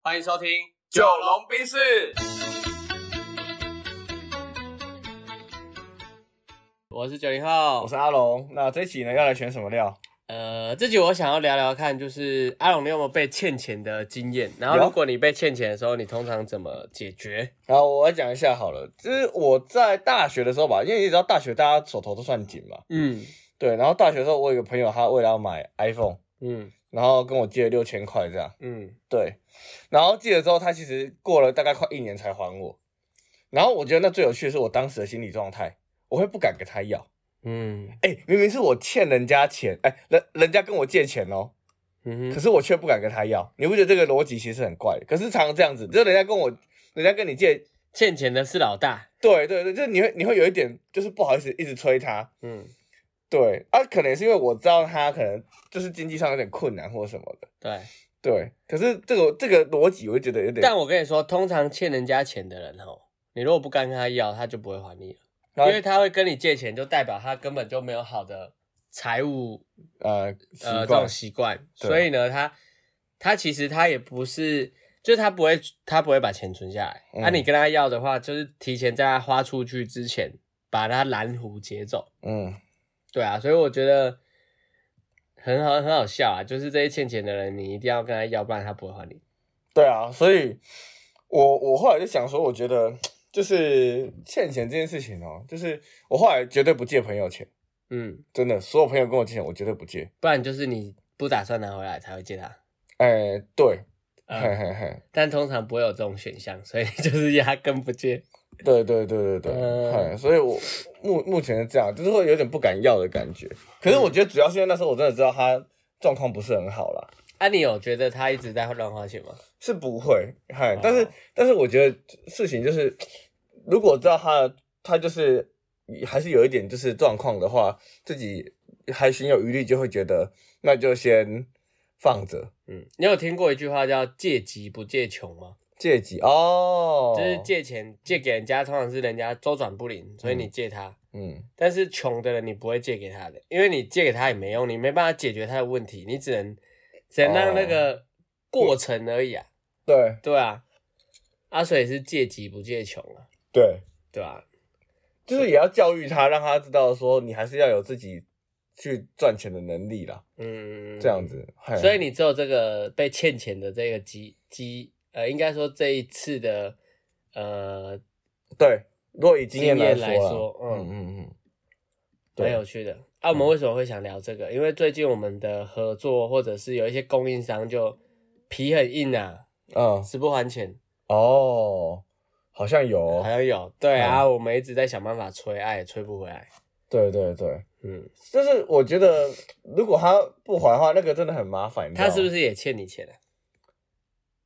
欢迎收听《九龙冰室。我是九零后我，是阿龙，那这一集呢要来选什么料？呃，这集我想要聊聊看，就是阿龙，你有没有被欠钱的经验？然后，有如果你被欠钱的时候，你通常怎么解决？然后我来讲一下好了，就是我在大学的时候吧，因为你知道大学大家手头都算紧嘛，嗯对。然后大学的时候，我有个朋友他为了要买 iPhone，嗯然后跟我借了六千块这样，嗯，对。然后借了之后，他其实过了大概快一年才还我。然后我觉得那最有趣的是我当时的心理状态，我会不敢跟他要。嗯哎，明明是我欠人家钱，哎，人人家跟我借钱哦，嗯可哼，是我却不敢跟他要。你不觉得这个逻辑其实很怪？可是常常这样子，就是人家跟我，人家跟你借，欠钱的是老大。对对对，就是你会你会有一点就是不好意思一直催他。嗯，对，啊，可能也是因为我知道他可能就是经济上有点困难或什么的。对。对，可是这个这个逻辑，我就觉得有点，但我跟你说，通常欠人家钱的人哦，你如果不跟他要，他就不会还你了，然因后为他会跟你借钱，就代表他根本就没有好的财务呃呃习这种惯，习惯，对所以呢，他他其实他也不是，就是他不会他不会把钱存下来。那、嗯你跟他要的话，就是提前在他花出去之前把他拦胡截走。嗯，对啊，所以我觉得很好很好笑啊，就是这些欠钱的人，你一定要跟他要，不然他不会还你。对啊，所以我我后来就想说，我觉得就是欠钱这件事情哦，就是我后来绝对不借朋友钱，嗯，真的，所有朋友跟我借钱，我绝对不借。不然就是你不打算拿回来才会借他。哎，对，嘿嗯，嘿嘿，但通常不会有这种选项，所以 就是压根不借。对对对对对，嗯嘿所以我目目前是这样，就是会有点不敢要的感觉。可嗯是我觉得主要是因为那时候我真的知道他状况不是很好啦，啊，你有觉得他一直在乱花钱吗？是不会，嗨，但是哦但是我觉得事情就是，如果知道他他就是还是有一点就是状况的话，自己还心有余力，就会觉得那就先放着嗯，你有听过一句话叫“借急不借穷”吗？借己哦，就是，借钱借给人家，通常是人家周转不灵，所以你借他。嗯，但是穷的人你不会借给他的，因为你借给他也没用，你没办法解决他的问题，你只能只能让那哦个过程而已啊。对对啊，啊，所以是借急不借穷啊，对，对啊吧、就是也要教育他，让他知道说你还是要有自己去赚钱的能力啦，嗯，这样。子，嘿所以你只有这个被欠钱的这个机机，呃，应该说这一次的呃对，如果以经验经验来来啦说，嗯嗯嗯嗯，对嗯蛮有趣的。啊，我们为什么会想聊这个？因为最近我们的合作或者是有一些供应商就皮很硬啊，嗯死不还钱，哦，好像有哦，嗯好像有。对啊，我们一直在想办法催，爱也催不回来。对对对。嗯，就是我觉得，如果他不还的话，那个真的很麻烦。你知道他吗是不？是也欠你钱啊？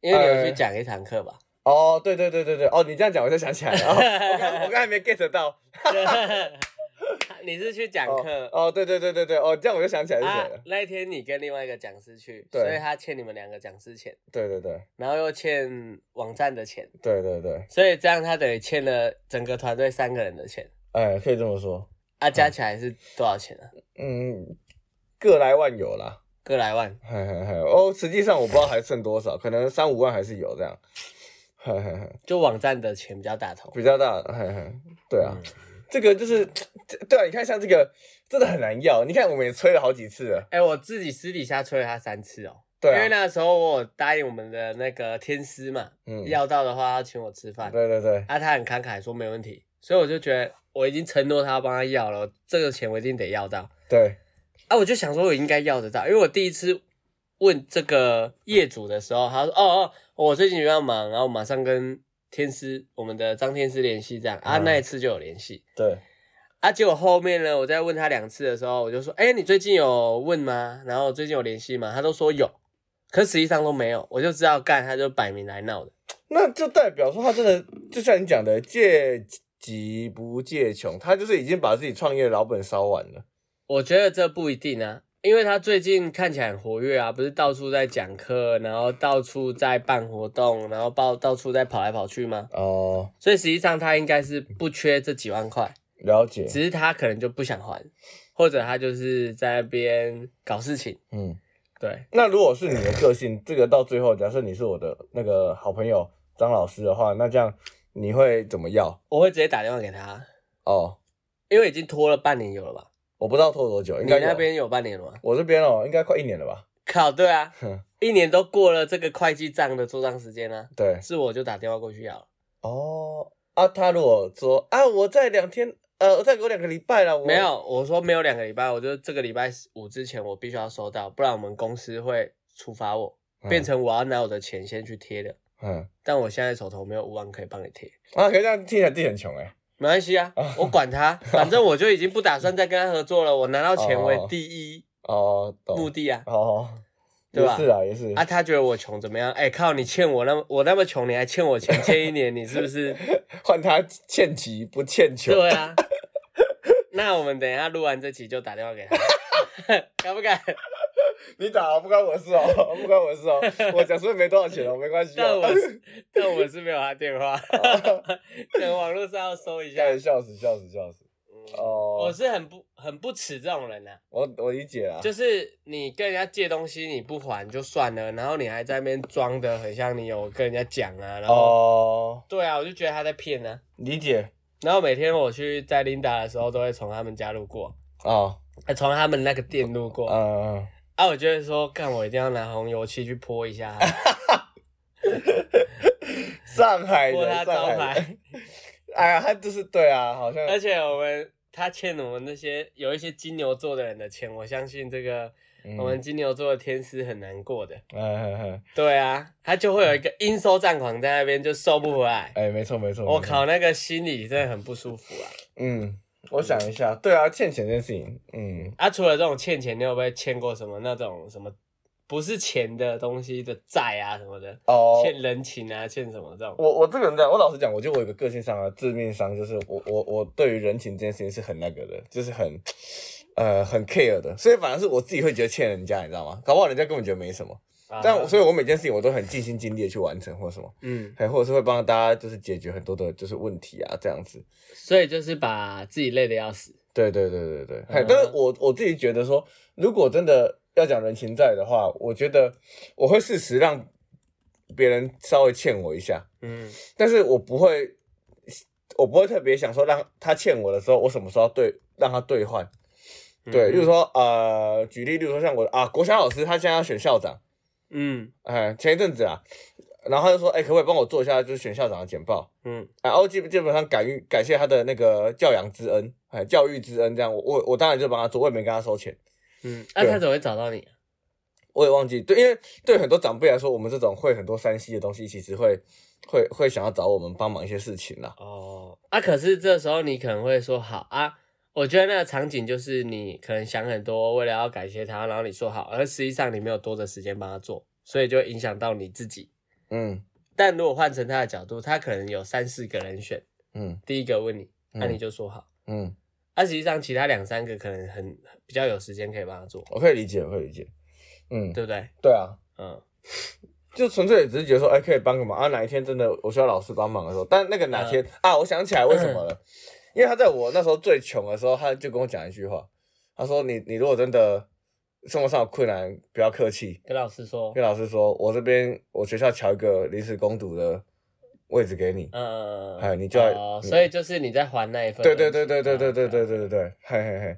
因为你有去讲一堂课吧？哦，对对对对对，哦，你这样讲我就想起 来了。哦、我刚我刚才没 get 到。你是去讲呃哦课哦，对对对对对，哦，这样我就想起来是啊谁了？。那一天你跟另外一个讲师去，对所以他欠你们两个讲师钱，对对对然后又欠网站的钱，对对对，所以这样他等于欠了整个团队三个人的钱。哎，可以这么说，啊，加起来是多少钱啊？嗯，个来万有啦。个来万，嘿嘿嘿，哦，实际上我不知道还剩多少，可能三五万还是有这样。嘿嘿嘿，就网站的钱比较大头。比较大，嘿嘿，对嗯啊，这个就是，对啊，你看像这个真的很难要，你看我们也催了好几次了，哎、我自己私底下催了他三次哦，对因为啊，那时候我有答应我们的那个天师嘛，嗯，要到的话要请我吃饭，对对对，啊，他很慷慨说没问题，所以我就觉得我已经承诺他帮他要了，这个钱我一定得要到。对，啊，我就想说我应该要得到，因为我第一次问这个业主的时候，他说哦哦，我最近比较忙，然后马上跟天师我们的张天师联系这样，啊，嗯那一次就有联系。对，啊，结果后面呢，我在问他两次的时候，我就说：“哎、你最近有问吗？然后最近有联系吗？”他都说有，可实际上都没有，我就知道干，他就摆明来闹的。那就代表说他真的就像你讲的，借急不借穷，他就是已经把自己创业的老本烧完了。我觉得这不一定啊，因为他最近看起来很活跃啊，不是到处在讲课，然后到处在办活动，然后到到处在跑来跑去吗？哦，所以实际上他应该是不缺这几万块，了解，只是他可能就不想还，或者他就是在那边搞事情。嗯，对，那如果是你的个性，这个到最后，假设你是我的那个好朋友张老师的话，那这样你会怎么要？我会直接打电话给他，哦，因为已经拖了半年有了吧？我不知道拖多久，应你该有那，边有半年了吗？我这边哦，应该快一年了吧？ 靠，对啊哼，一年都过了这个会计账的做账时间啊，对，是我就打电话过去要了，哦，啊，他如果说啊，我在两天，呃，再给我两个礼拜了，我没，有，我说没有两个礼拜，我就这个礼拜五之前我必须要收到，不然我们公司会处罚我，嗯变，成我要拿我的钱先去贴的。嗯，但我现在手头没有五万可以帮你贴，啊，可是这样听起来自己很穷哎，没关系啊，我管 他，反正我就已经不打算再跟他合作了。我拿到钱为第一哦，懂，目的啊，哦，对也吧是啊，也是啊，，他觉得我穷怎么样？哎、靠，你欠我那么我那么穷，你还欠我钱，欠一 年，你是不是？换他欠急不欠穷，对啊。那我们等一下录完这期就打电话给他， 敢不敢？ 你打不关我事哦，不关我事哦，我讲说没多少钱哦，没关系但哦我，是但我是没有他电话， 可能网络上要搜一下。笑笑死笑死笑死，嗯我哦，是很不很不耻这种人呐、啊我我理解啦，啊就是你跟人家借东西你不还就算了，然后你还在那边装的很像你有跟人家讲啊，然后、哦，对啊，我就觉得他在骗啊。理解然后每天我去在琳达的时候，都会从他们家路过，哦，呃从他们那个店路过，嗯，啊，我就会说，干，我一定要拿红油漆去泼一下他，上海泼人，他哎上招海人牌，。哎哎呀，他就是对啊，好像而且我们他欠我们那些有一些金牛座的人的钱，我相信这个我们金牛座的天师很难过的。嗯嗯嗯嗯，对啊，他就会有一个应收账款在那边就收不回来。哎，没错没错，我没错，靠，那个心里真的很不舒服啊！嗯，我想一下，对啊，欠钱这件事情，嗯，啊，除了这种欠钱，你有没有欠过什么那种什么不是钱的东西的债啊什么的？哦，欠人情啊，欠什么这种？我我这个人这样，我老实讲，我觉得我有个个性上的啊致命伤，就是我我我对于人情这件事情是很那个的，就是很呃很 care 的，所以反而是我自己会觉得欠人家，你知道吗？搞不好人家根本觉得没什么，啊但我所以我每件事情我都很尽心尽力的去完成或什么，嗯，还或者是会帮大家就是解决很多的就是问题啊这样子。所以就是把自己累得要死。对对对对对，嘿嗯但是我我自己觉得说，如果真的要讲人情债的话，我觉得我会适时让别人稍微欠我一下，嗯，但是我不会，我不会特别想说让他欠我的时候，我什么时候要对让他兑换。对，例如说呃，举例，例如说像我啊，国强老师他现在要选校长，嗯哎、前一阵子啊，然后他就说，哎、可不可以帮我做一下就是选校长的简报？嗯然后基基本上感遇感谢他的那个教养之恩，哎，教育之恩这样，我我我当然就帮他做，我也没跟他收钱，嗯，那、他怎么会找到你、啊？我也忘记对，因为对很多长辈来说，我们这种会很多山西的东西，其实会会会想要找我们帮忙一些事情啦。哦，啊，可是这时候你可能会说，好啊，我觉得那个场景就是你可能想很多，为了要感谢他，然后你说好，而实际上你没有多的时间帮他做，所以就会影响到你自己。嗯但如果换成他的角度，他可能有三四个人选，嗯第一个问你，那、嗯你就说好。嗯，那、实际上其他两三个可能很比较有时间可以帮他做，我可以理解，我可以理解。嗯，对不对？对啊，嗯，就纯粹也只是觉得说，哎、可以帮个忙啊。哪一天真的我需要老师帮忙的时候，但那个哪天、啊，我想起来为什么了，因为他在我那时候最穷的时候，他就跟我讲一句话，他说你你如果真的生活上有困难，不要客气，跟老师说，跟老师说，我这边我学校调一个临时工读的位置给你。嗯，哎你就要哦，嗯所以就是你在还那一份对东西，对对对对对对对啊，对对对，嘿嘿嘿，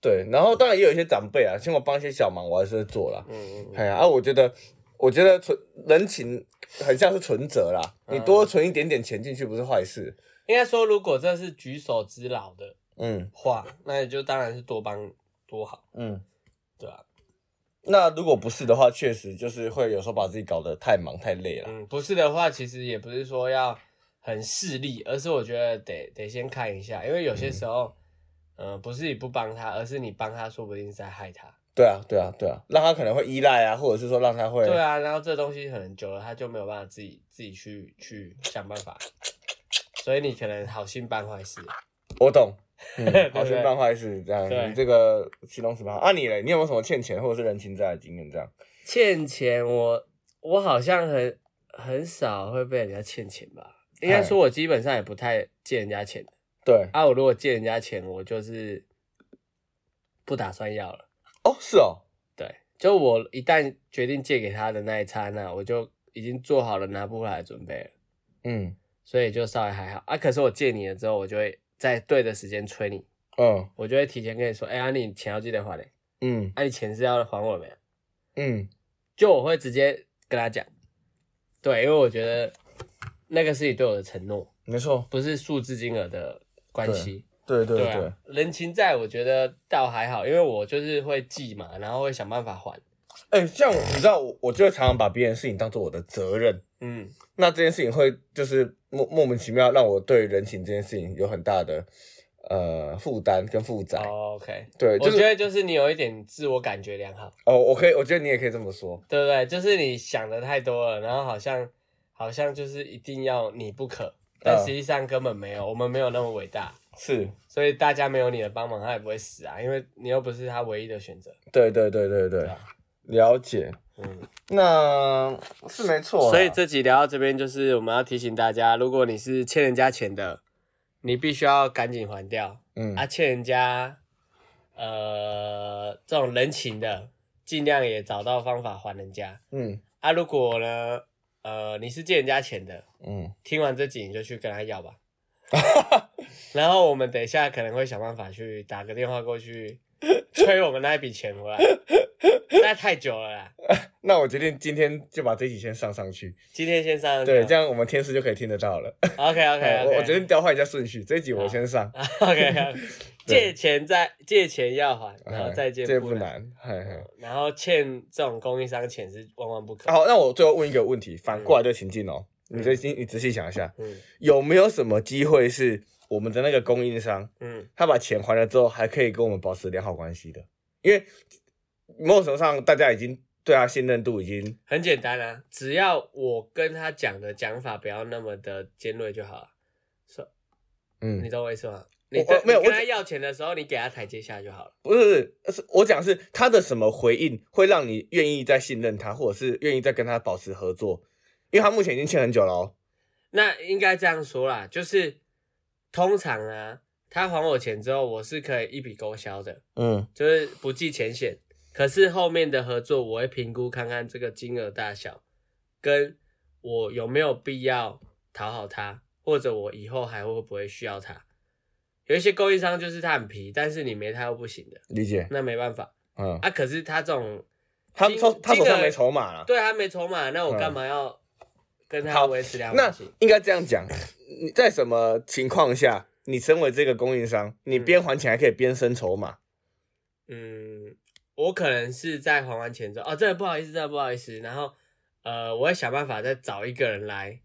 对。然后当然也有一些长辈啊，请我帮一些小忙，我还是会做啦。嗯嗯嗯，哎呀，啊，我觉得，我觉得存人情很像是存折啦，嗯你多存一点点钱进去不是坏事。应该说如果这是举手之劳的嗯话，那你就当然是多帮多好，嗯，对吧、那如果不是的话，确实就是会有时候把自己搞得太忙太累了。嗯，不是的话，其实也不是说要很势利，而是我觉得得得先看一下，因为有些时候，嗯、不是你不帮他，而是你帮他，说不定是在害他。对啊，对啊，对啊，让他可能会依赖啊，或者是说让他会，对啊，然后这东西可能久了，他就没有办法自己自己去去想办法，所以你可能好心办坏事。我懂。 对嗯、不好心对办坏事这样，对你这个形容词吧。啊，你嘞，你有没有什么欠钱或者是人情债的经验？这样，欠钱我我好像很很少会被人家欠钱吧，应该嗨说我基本上也不太借人家钱。对，啊，我如果借人家钱，我就是不打算要了。哦，是哦，对，就我一旦决定借给他的那一刹那，我就已经做好了拿不回来的准备了，嗯所以就稍微还好啊。可是我借你了之后，我就会在对的时间催你，嗯我就会提前跟你说，哎、呀、你钱要记得还嘞、嗯啊，你钱是要还我没有？啊嗯，就我会直接跟他讲，对，因为我觉得那个是你对我的承诺，没错，不是数字金额的关系。对对对啊，人情债我觉得倒还好，因为我就是会记嘛，然后会想办法还。哎、像我你知道，我我就会常常把别人的事情当做我的责任，嗯，那这件事情会就是莫莫名其妙让我对人情这件事情有很大的呃负担跟负载。 o k 对，哦就我觉是得就是你有一点自我感觉良好，哦，我可以，我觉得你也可以这么说。对不对？就是你想的太多了，然后好像好像就是一定要你不可，但嗯实际上根本没有，我们没有那么伟大，是，所以大家没有你的帮忙，他也不会死啊，因为你又不是他唯一的选择。对对对对对，了解。啊嗯。那是没错啦，所以这集聊到这边，就是我们要提醒大家，如果你是欠人家钱的，你必须要赶紧还掉、嗯啊！欠人家呃这种人情的，尽量也找到方法还人家嗯啊！如果呢，呃，你是借人家钱的，嗯，听完这集你就去跟他要 吧。然后我们等一下可能会想办法去打个电话过去，催我们那一笔钱回来，那太久了啦。那我决定今天就把这集先上上去，今天先上对，这样我们天师就可以听得到了。 OK OK，, 我我 决定调换一下顺序，这一集我先上， OK，借钱再借钱要还，然后哎啊再借这不不难。难。嘿嘿然后欠这种供应商钱是万万不可。好，那我最后问一个问题，反过来的情境哦，你最近你仔细想一下，嗯有没有什么机会是我们的那个供应商，嗯，他把钱还了之后，还可以跟我们保持良好关系的？因为某种程度上，大家已经对他信任度已经很简单啊，只要我跟他讲的讲法不要那么的尖锐就好了。你嗯，懂我意思吗？我你对我没有你跟我他只要钱的时候，你给他台阶下就好了。不是，是我讲是他的什么回应会让你愿意再信任他，或者是愿意再跟他保持合作？因为他目前已经欠很久了哦。那应该这样说啦，就是通常啊，他还我钱之后，我是可以一笔勾销的。嗯就是不计前嫌。可是后面的合作，我会评估看看这个金额大小，跟我有没有必要讨好他，或者我以后还会不会需要他。有一些供应商就是他很皮，但是你没他又不行的，理解。那没办法嗯，啊。可是他这种他金手他手金上额没筹码了。对他没筹码，那我干嘛要跟他嗯好维持良那关系？应该这样讲，你在什么情况下，你身为这个供应商，你边还钱还可以边生筹码？嗯，我可能是在还完钱之后，哦，真的不好意思，真的不好意思。然后，呃，我会想办法再找一个人来，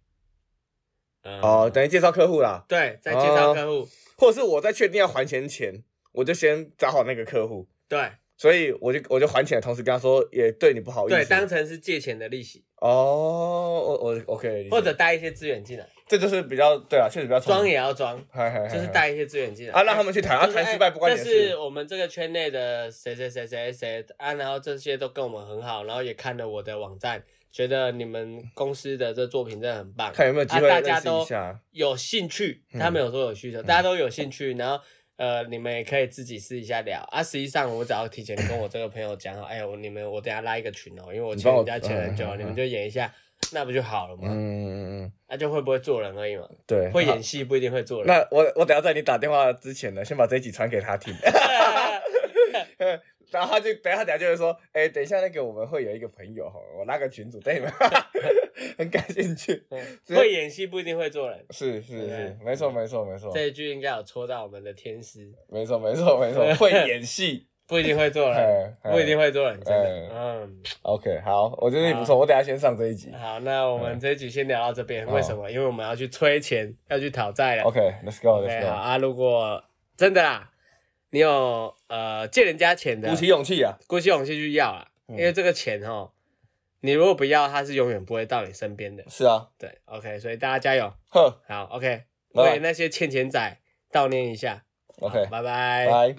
呃，哦，等于介绍客户啦，对，再介绍客户，或者是我在确定要还钱前，我就先找好那个客户，对所以我就我就还钱的同时跟他说，也对你不好意思。对，当成是借钱的利息，哦，我我 OK，理解或者带一些资源进来，这就是比较对啊，确实比较聪装明，也要装，嗨嗨嗨就是带一些资源进来啊，让他们去谈啊，就是谈哎失败不关你的这事是。我们这个圈内的谁谁谁谁谁啊，然后这些都跟我们很好，然后也看了我的网站，觉得你们公司的这作品真的很棒，看有没有机会啊、大家认识都一下有兴趣，嗯他们有说有需求，大家都有兴趣，然后呃，你们也可以自己私底下聊啊。实际上，我只要提前跟我这个朋友讲好，哎、我你们我等一下拉一个群哦，因为我你欠帮我人家钱很久，嗯嗯嗯你们就演一下，那不就好了嗯吗？嗯嗯嗯，那、就会不会做人而已嘛，对，会好演戏不一定会做 人。那我我等下在你打电话之前呢，先把这一集传给他听。然后他就等一下等一下就会说，哎、等一下那个我们会有一个朋友哈，我拉个群主对你 们很感兴趣。对会演戏不一定会做人，是对是是，没错没错没错，这一句应该有戳到我们的天师，没错没错没错，会演 戏。不一定会做人，哎不一定。会做人，真的。嗯， OK，好，我觉得你不好错，我等一下先上这一集。好，那我们这一局先聊到这边。嗯为什么？因为我们要去催钱，要去讨债了。 OK，Let's go，Let's OK，好 go，啊，如果真的啦，你有呃借人家钱的，鼓起勇嗯气啊！鼓起勇气去要啦，因为这个钱哦，你如果不要，它是永远不会到你身边的。是啊，对，OK，所以大家加油，呵好，OK，拜拜为那些欠钱仔悼念一下， ，OK，拜拜拜。